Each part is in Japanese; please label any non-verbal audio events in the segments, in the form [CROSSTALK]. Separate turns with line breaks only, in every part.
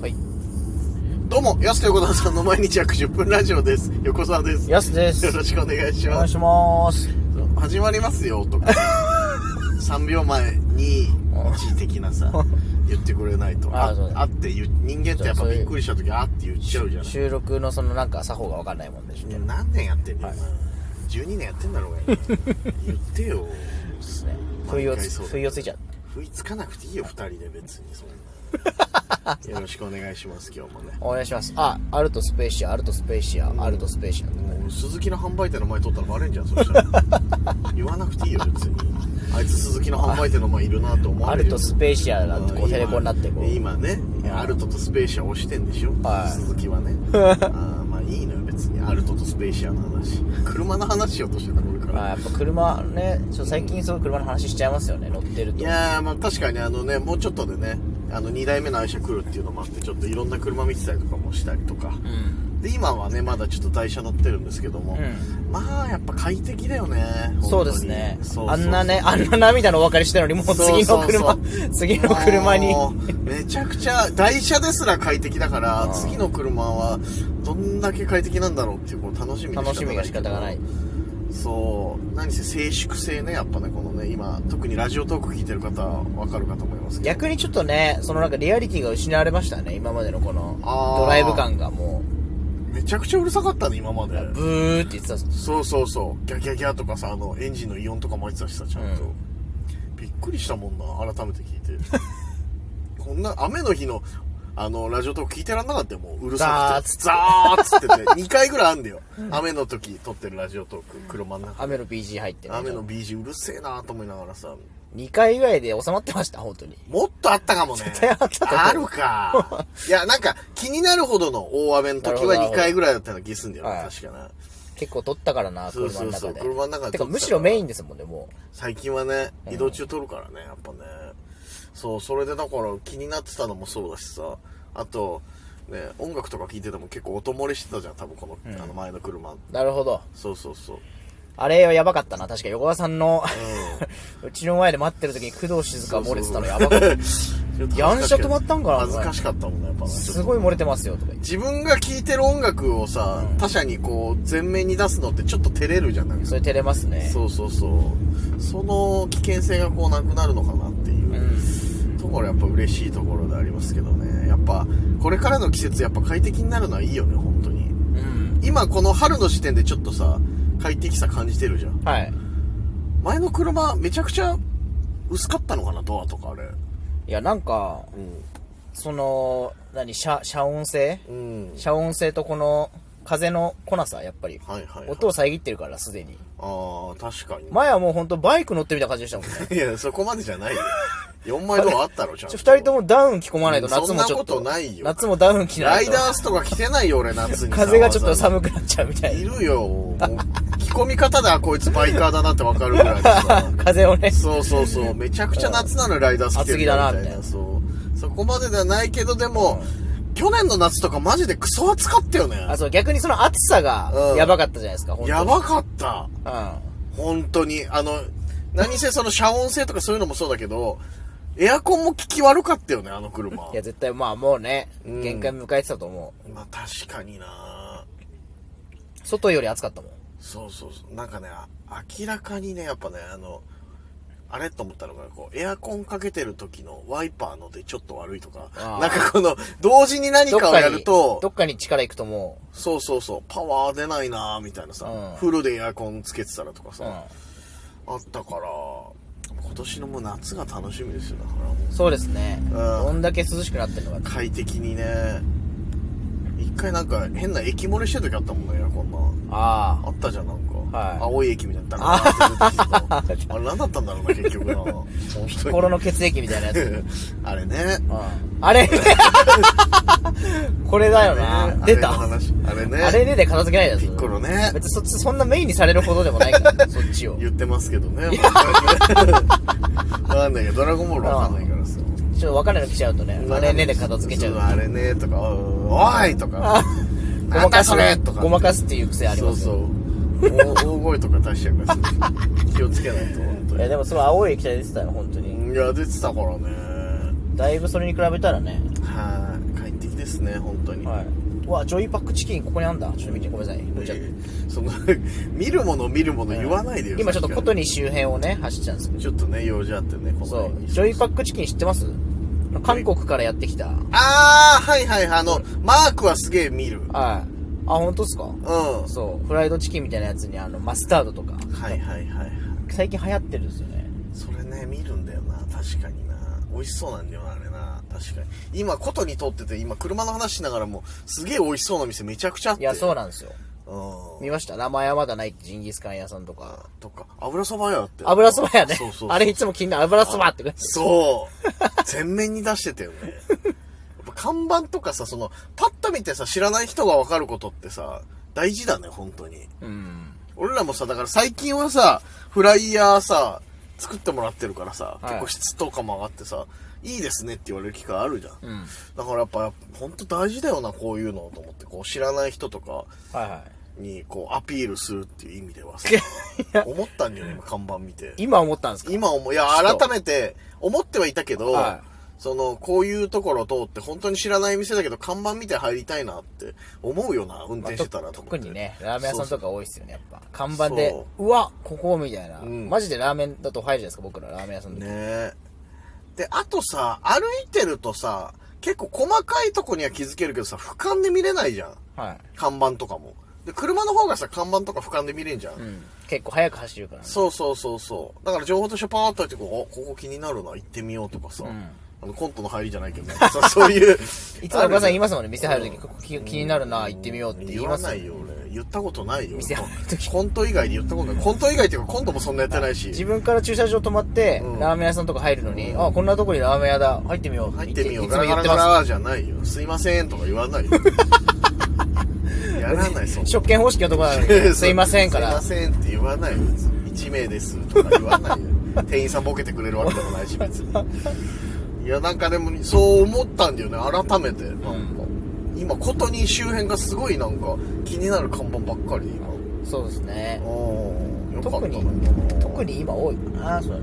はい。
どうも、安手横田さんの毎日約10分ラジオです。横澤です。よ
やすです。
ろしくお願いし
お願
ま
い
す。
します。
始まります
[LAUGHS]
よ、とか。3秒前に、一時的なさ、言ってくれないと。
あ
あ
そうだね
あって言う、人間ってやっぱびっくりした時、あって言っちゃうじゃない。
収録のそのなんか作法がわかんないもんでちょっと
ね何年やってんの、
はい
今12年やってんだろうが言ってよ
ですね。不意を
毎回
つ、
そう
不意をついちゃう。
不意つかなくていいよ2人で別にそん
[LAUGHS]
なよろしくお願いします今日もね
お願いします。あ、アルトスペーシア、アルトスペーシア、アルトスペーシア。
もう鈴木の販売店の前通ったらバレんじゃんそしたら言わなくていいよ別にあいつ鈴木の販売店の前いるなと思わ
ア
れ
ル
るよ
トスペーシアがこ
う
うんテレコになってこう。
今ねアルトとスペーシア押してんでしょ、
はい
鈴
[LAUGHS]
木はねあーまあいいのよ別にアルトとスペーシアの話車の話しようとしてたこれから
まあやっぱ車ね、ちょっと最近すごい車の話しちゃいますよね、乗ってる
い
と。
やーまあ確かにあのねもうちょっとでねあの2台目の愛車来るっていうのもあってちょっといろんな車見てたりとかもしたりとか
うん。
で今はねまだちょっと台車乗ってるんですけども、
う
まあやっぱ快適だよね本当に
そうですね
そうそう。そう
あんなね、あんな涙のお別れしたのに、もう次
そ
の
うそうそ
車
う、
次の車に。
もうめちゃくちゃ台車ですら快適だから
ん
次の車はどんだけ快適なんだろうっていうこう楽しみで
楽しみが仕方がない。
そう何せ静粛性ねやっぱねこのね今特にラジオトーク聞いてる方は分かるかと思いますけど
逆にちょっとね、そのなんかリアリティが失われましたね、今までのこの
あー
ドライブ感がも
めちゃくちゃうるさかったね今まで
う、ブーって言ってたんです
そうそうそうギャギャギャとかさあのエンジンの異音とかも入ってたしさちゃんと、
うん
びっくりしたもんな改めて聞いて [LAUGHS] こんな雨の日のあのラジオトーク聞いてらんなかったよもううるさくて
ザ
ザーッつってて
[LAUGHS]
2回ぐらいあんだよ雨の時撮ってるラジオトーク車の中
雨の BG 入ってね
雨の BG うるせえなと思いながらさ
2回ぐらいで収まってました、本当に。
もっとあったかもね
絶対あったと思う
あ
[LAUGHS]
るかいやなんか気になるほどの大雨の
なる
時
ほど
は
なる
2
ほど
回ぐらいだったような気すんだよね、
はい
確かな
結構撮ったからな、
そう
車
そ
の
うそ
中
う
で。
車の中で
て
撮
か、
ってたから
むしろメインですもんね、も
最近はね移動中撮るからね、やっぱねそうそれでだから気になってたのもそうだしさあとね音楽とか聴いてても結構音漏れしてたじゃん多分この,、あの前の車
う。なるほど。
そうそうそう
あれはやばかったな、確か横川さんの、 [LAUGHS] うちの前で待ってる時に工藤静香漏れてたのやばかった。
ヤ
ヤンシャ止まったんかな
恥ずかしかったもんねやっぱな
すごい漏れてますよ、とか言って。
自分が聴いてる音楽をさ、他者にこう前面に出すのってちょっと照れるじゃんない
それ照れますね。
そうそうそうその危険性がこうなくなるのかなっていう、ところやっぱ嬉しいところでありますけどねやっぱこれからの季節やっぱ快適になるのはいいよね本当に
うん。
今この春の時点でちょっとさ快適さ感じてるじゃん
はい。
前の車めちゃくちゃ薄かったのかなドアとかあれ
いや、なんか、その、何、遮、遮音性
うん、うん、
遮音性とこの風の来なさやっぱり、
はいはい、はい、
音を遮ってるからすでに
ああ確かに、
前はもうほんとバイク乗ってるみたいな感じでしたもんね
いやそこまでじゃないよ4枚ドアあったろちゃん
ちょ
と
二人ともダウン着込まないと
そん
夏
な
もちょっと
ことないよ
夏もダウン着な
ラ
い
イ
と
ダースとか着てないよ俺夏にさ
風がちょっと
わざわ
寒くなっちゃうみた
ざい
いな
るよもう着込み方であこいつバイカーだなってわかるぐらいでさ
風をね
そうそうそうめちゃくちゃ夏なのライダース着てるよ
厚着だな
みたい
みたい
な
な
そうそこまでではないけどでも、去年の夏とかマジでクソ暑かったよね
あそう逆にその暑さが
うん
やばかったじゃないですか、ほんとに
やばかった
うん
本当にあの何せその遮音性とかそういうのもそうだけどエアコンも効き悪かったよねあの車
いや絶対まあもうね、
うん
限界迎えてたと思う
まあ確かにな
外より暑かったもん
そうそうそうなんかねあ明らかにねやっぱねあのあれと思ったのがこうエアコンかけてる時のワイパーのでちょっと悪いとか
あー
なんかこの同時に何
どっ
かを
か
や
に
る
どっ
と
かに力いくとも
そうそうそうパワー出ないなーみたいなさ、
うん
フルでエアコンつけてたらとか
う、
さ、
う、
あったから今年のもう夏が楽しみですよだからもうん
そうですね、
ん
どんだけ涼しくなってるのか
快適にね一回なんか変な液漏れしてる時あったもんねエアコンな
あ
あったじゃんなんか、
はい
青い液みたいなのダラーって出てきてたあれ何だったんだろうな結
[LAUGHS]
局な本
あ
当
心
に
の血液みたいなやつ
あれね
あれ [LAUGHS] これだよ
あれね
な。出た。
あれの話あれね
あれでで片付けないやつ。
ピッコ
[LAUGHS]
ロね
別にそっちそんなメインにされるほどでもないから、そっちを。
言ってますけどね本当にねわかんないけどドラゴンボールわかんないから
ち
さ
ょっと分かんないの来ちゃうとね、あれねで片付けちゃ
そう
う。
あれねとかおいおいとか
ご
な
ま
んだ
か
そ
す
れとか
ごまかすっていう癖あり
そ
ま
う
すよ。
そう大大声とか出しちゃうからさ気をつけないと本
[LAUGHS]
当
いやでもすごい青い液体出てたよ、本当に。
にいや出てたからね
だいぶそれに比べたらね、
はい快適ですね本当に、
はい。うわ、ジョイパックチキンここにあんだ。ちょっと見て、ごめんなさい。
い
むち
や
ゃ
いやその [LAUGHS] 見るもの見るもの言わないでよ、
今ちょっと
さ
琴
き
に周辺をね、走っちゃうんです
からちょっとね用事あってねこの
そう
辺。に
ジョイパックチキン知ってます韓国からやってきた。はい。
ああはいはいあのマークはすげえ見るうん
あ、本当っすか
は
そう。フライドチキンみたいなやつに、あの、マスタードとか。
いはいはいはい
最近流行ってるんですよね。
それね見るんだよな確かにな美味しそうなんだよなあれな確かに今ことに通ってて今車の話しながらもすげえ美味しそうな店めちゃくちゃあって
いや、そう
う
なんですよ。
ん
見ました名前はまだないってジンギスカン屋さんとか。
とか油そば屋だって
油そばやね。
そうそうそう
あれいつも気になる。油そばってくる。
そう全面に出してたよねやっぱ看板とかさそのパッと見てさ知らない人が分かることってさ大事だね本当に
うん。
俺らもさだから最近はさフライヤーさ作ってもらってるからさ、
はい
結構質とかも上がってさいいですねって言われる機会あるじゃん、
うん。
だからやっぱ本当大事だよなこういうのと思ってこう知らない人とか
はいはい。
にこうアピールするっていう意味ではさ思ったんだよね今看板見て
今思ったんですか
今思ういや
ちょっと
改めて思ってはいたけど、
は
そのこういうところを通って本当に知らない店だけど看板見て入りたいなって思うよな運
まあ
転し
と
てたらと思って、
特にね、ラーメン屋さん
そう
とか多いっすよね、やっぱ。看板で
そ、
うわ、ここみたいな。
うん
マジでラーメンだと入るじゃないですか、僕らラーメン屋さんの時
ねえであとさ歩いてるとさ結構細かいとこには気づけるけどさ俯瞰で見れないじゃん
は
看板とかもで車の方がさ看板とか俯瞰で見れんじゃん、
い。うん。結構早く走るからね。
そうそうそうそうだから情報としてパーッと入ってこうあここ気になるな行ってみようとかさ、
ん
あのコントの入りじゃないけどさそういう
[LAUGHS] いつもお母さん言いますすもんね、店入る時、ここ気気になるな、行ってみようって言い
言
ま
わ
すも
なんいよ俺言ったことないよ
店入る時
コント以外で言ったことないコント以外っていうかコントもそんなやってないし
自分から駐車場止まって、
うん
ラーメン屋さんとか入るのに、あ、こんなとこにラーメン屋だ、入ってみよう。
入ってみよう
いつ
ガ
も
ラ
言
ガ
っ
ラ
て
ガ
ま
ラじゃないよすいませんとか言わ
[LAUGHS]
ないよやらないそん
す。
な
職権方式のとこ
[LAUGHS]
なのに、すいませんから。
すいませんって言わないよ別に1名ですとか言わないよ店員さんボケてくれるわけでもないし別にいやなんかでもそう思ったんだよね改めてなんか、今ことに周辺がすごいなんか気になる看板ばっかり今
そうですね。
ああ
特に特に今多いかなそういう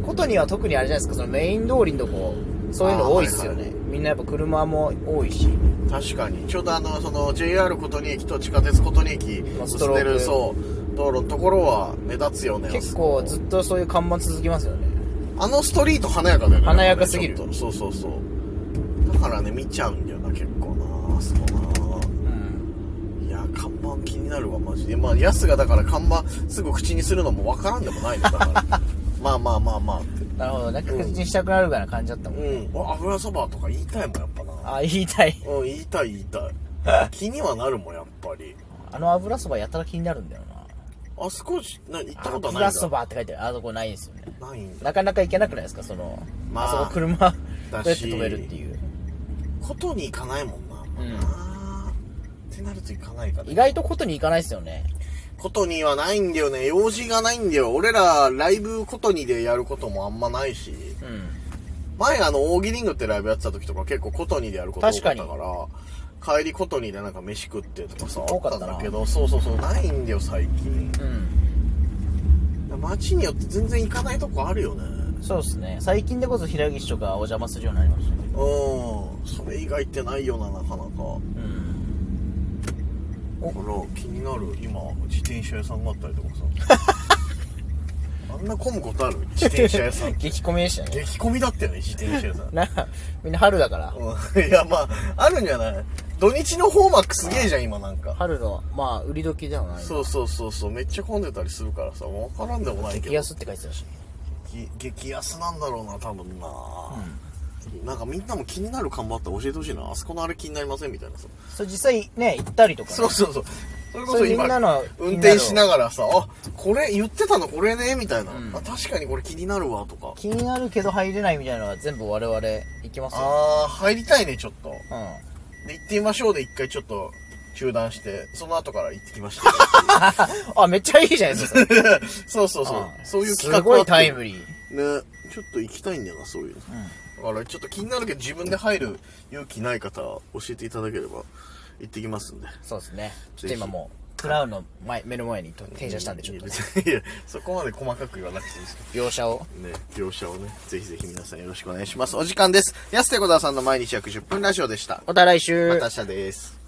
のことには特にあれじゃないですかそのメイン通りのとこそういうの多いっすよね、
あーはい
みんなやっぱ車も多いし
確かにちょうどあのその JR ことに駅と地下鉄ことに駅
まあスト
進ん
ロー
で
ク
るそう道路のところは目立つよね
結構ずっとそういう看板続きますよね
あのストリート華やかだよね。
華やかすぎる
なんかねちょっとそうそうそう。だからね、見ちゃうんだよな、結構な。あそこな。
うん
いや、看板気になるわ、マジで。まあ、ヤスがだから看板すぐ口にするのもわからんでもないの、
[LAUGHS]
だから。まあまあまあまあって。
なるほどね
うん
確認したくなるぐらいな感じだったもん、
うん。わ油そばとか言いたいもん、やっぱな。
あ言いたい
うん、言いたい言いたい。気にはなるもん、やっぱり。
あの油そばやたら気になるんだよな
あそこじ、な、行ったことはないんだ。
油そばって書いてあるあそこないんですよね
ないんだ。
なかなか行けなくないですかその、
ま
あ、
あ
そこ車どうや
だ
って
し
止めるっていう
ことに行かないもんな。
ん
まあなってなると行かないから
意外とことに行かないっすよね
ことにはないんだよね。用事がないんだよ。俺ら、ライブことにでやることもあんまないし。
うん
前、あの、大喜利リングってライブやってた時とか結構ことにでやること多かったから、帰りことにでなんか飯食ってとかさ、あ
多
っ
かったた
ん
な
だけど、そうそうそう、ないんだよ、最近。
うん
街によって全然行かないとこあるよね。
そうですね最近でこそ平岸とかお邪魔するようになりましたね
うん。それ以外ってないよな、なかなか。だから、気になる、今、自転車屋さんがあったりと
[LAUGHS]
かさ。あんな混むことある自転車屋さ
[LAUGHS]
んって。
激コミでしたね。
激混みだったよね、自転車屋さん。
な、みんな春だから。
うんいや、まあ、あるんじゃない土日のフォーマックすげえじゃん、今なんか。
春の、まあ、売り時ではない。
そうそうそうそう、めっちゃ混んでたりするからさ、わからんでもないけ
激
ど。
安って書いてたし。
激激安なんだろうな、多分な、なんかみんなも気になる看板あったら教えてほしいな。あそこのあれ気になりませんみたいなさ。
それ実際ね、行ったりとかね、
[LAUGHS] そうそうそう。それこ
そ
そ
れみ
今
んなの
運転しながらさ、あ、これ言ってたのこれねみたいな、あ。確かにこれ気になるわ、とか。
気になるけど入れないみたいなのは全部我々行きますよ。
あー、入りたいね、ちょっと。
うん。
で、行ってみましょうで一回ちょっと中断して、その後から行ってき
[LAUGHS]
ました。
あ、めっちゃいいじゃないですか。
そう [LAUGHS] そうそう。
ん
そういう企
す
画
ご
はあ
い
って
タイムリー。
ね、ちょっと行きたいんだよな、そういうの。だからちょっと気になるけど自分で入る勇気ない方、教えていただければ行ってきますんで。
そうですね。ちょっと
ぜひ
今もう、クラウンの前目の前にと停車したんでちょっと、ね、
いやそこまで細かく言わなくていいですけ
描写を
どね描写をねぜひぜひ皆さんよろしくお願いしますお時間です安手小沢さんの毎日約10分ラジオでした
また来週
また明日です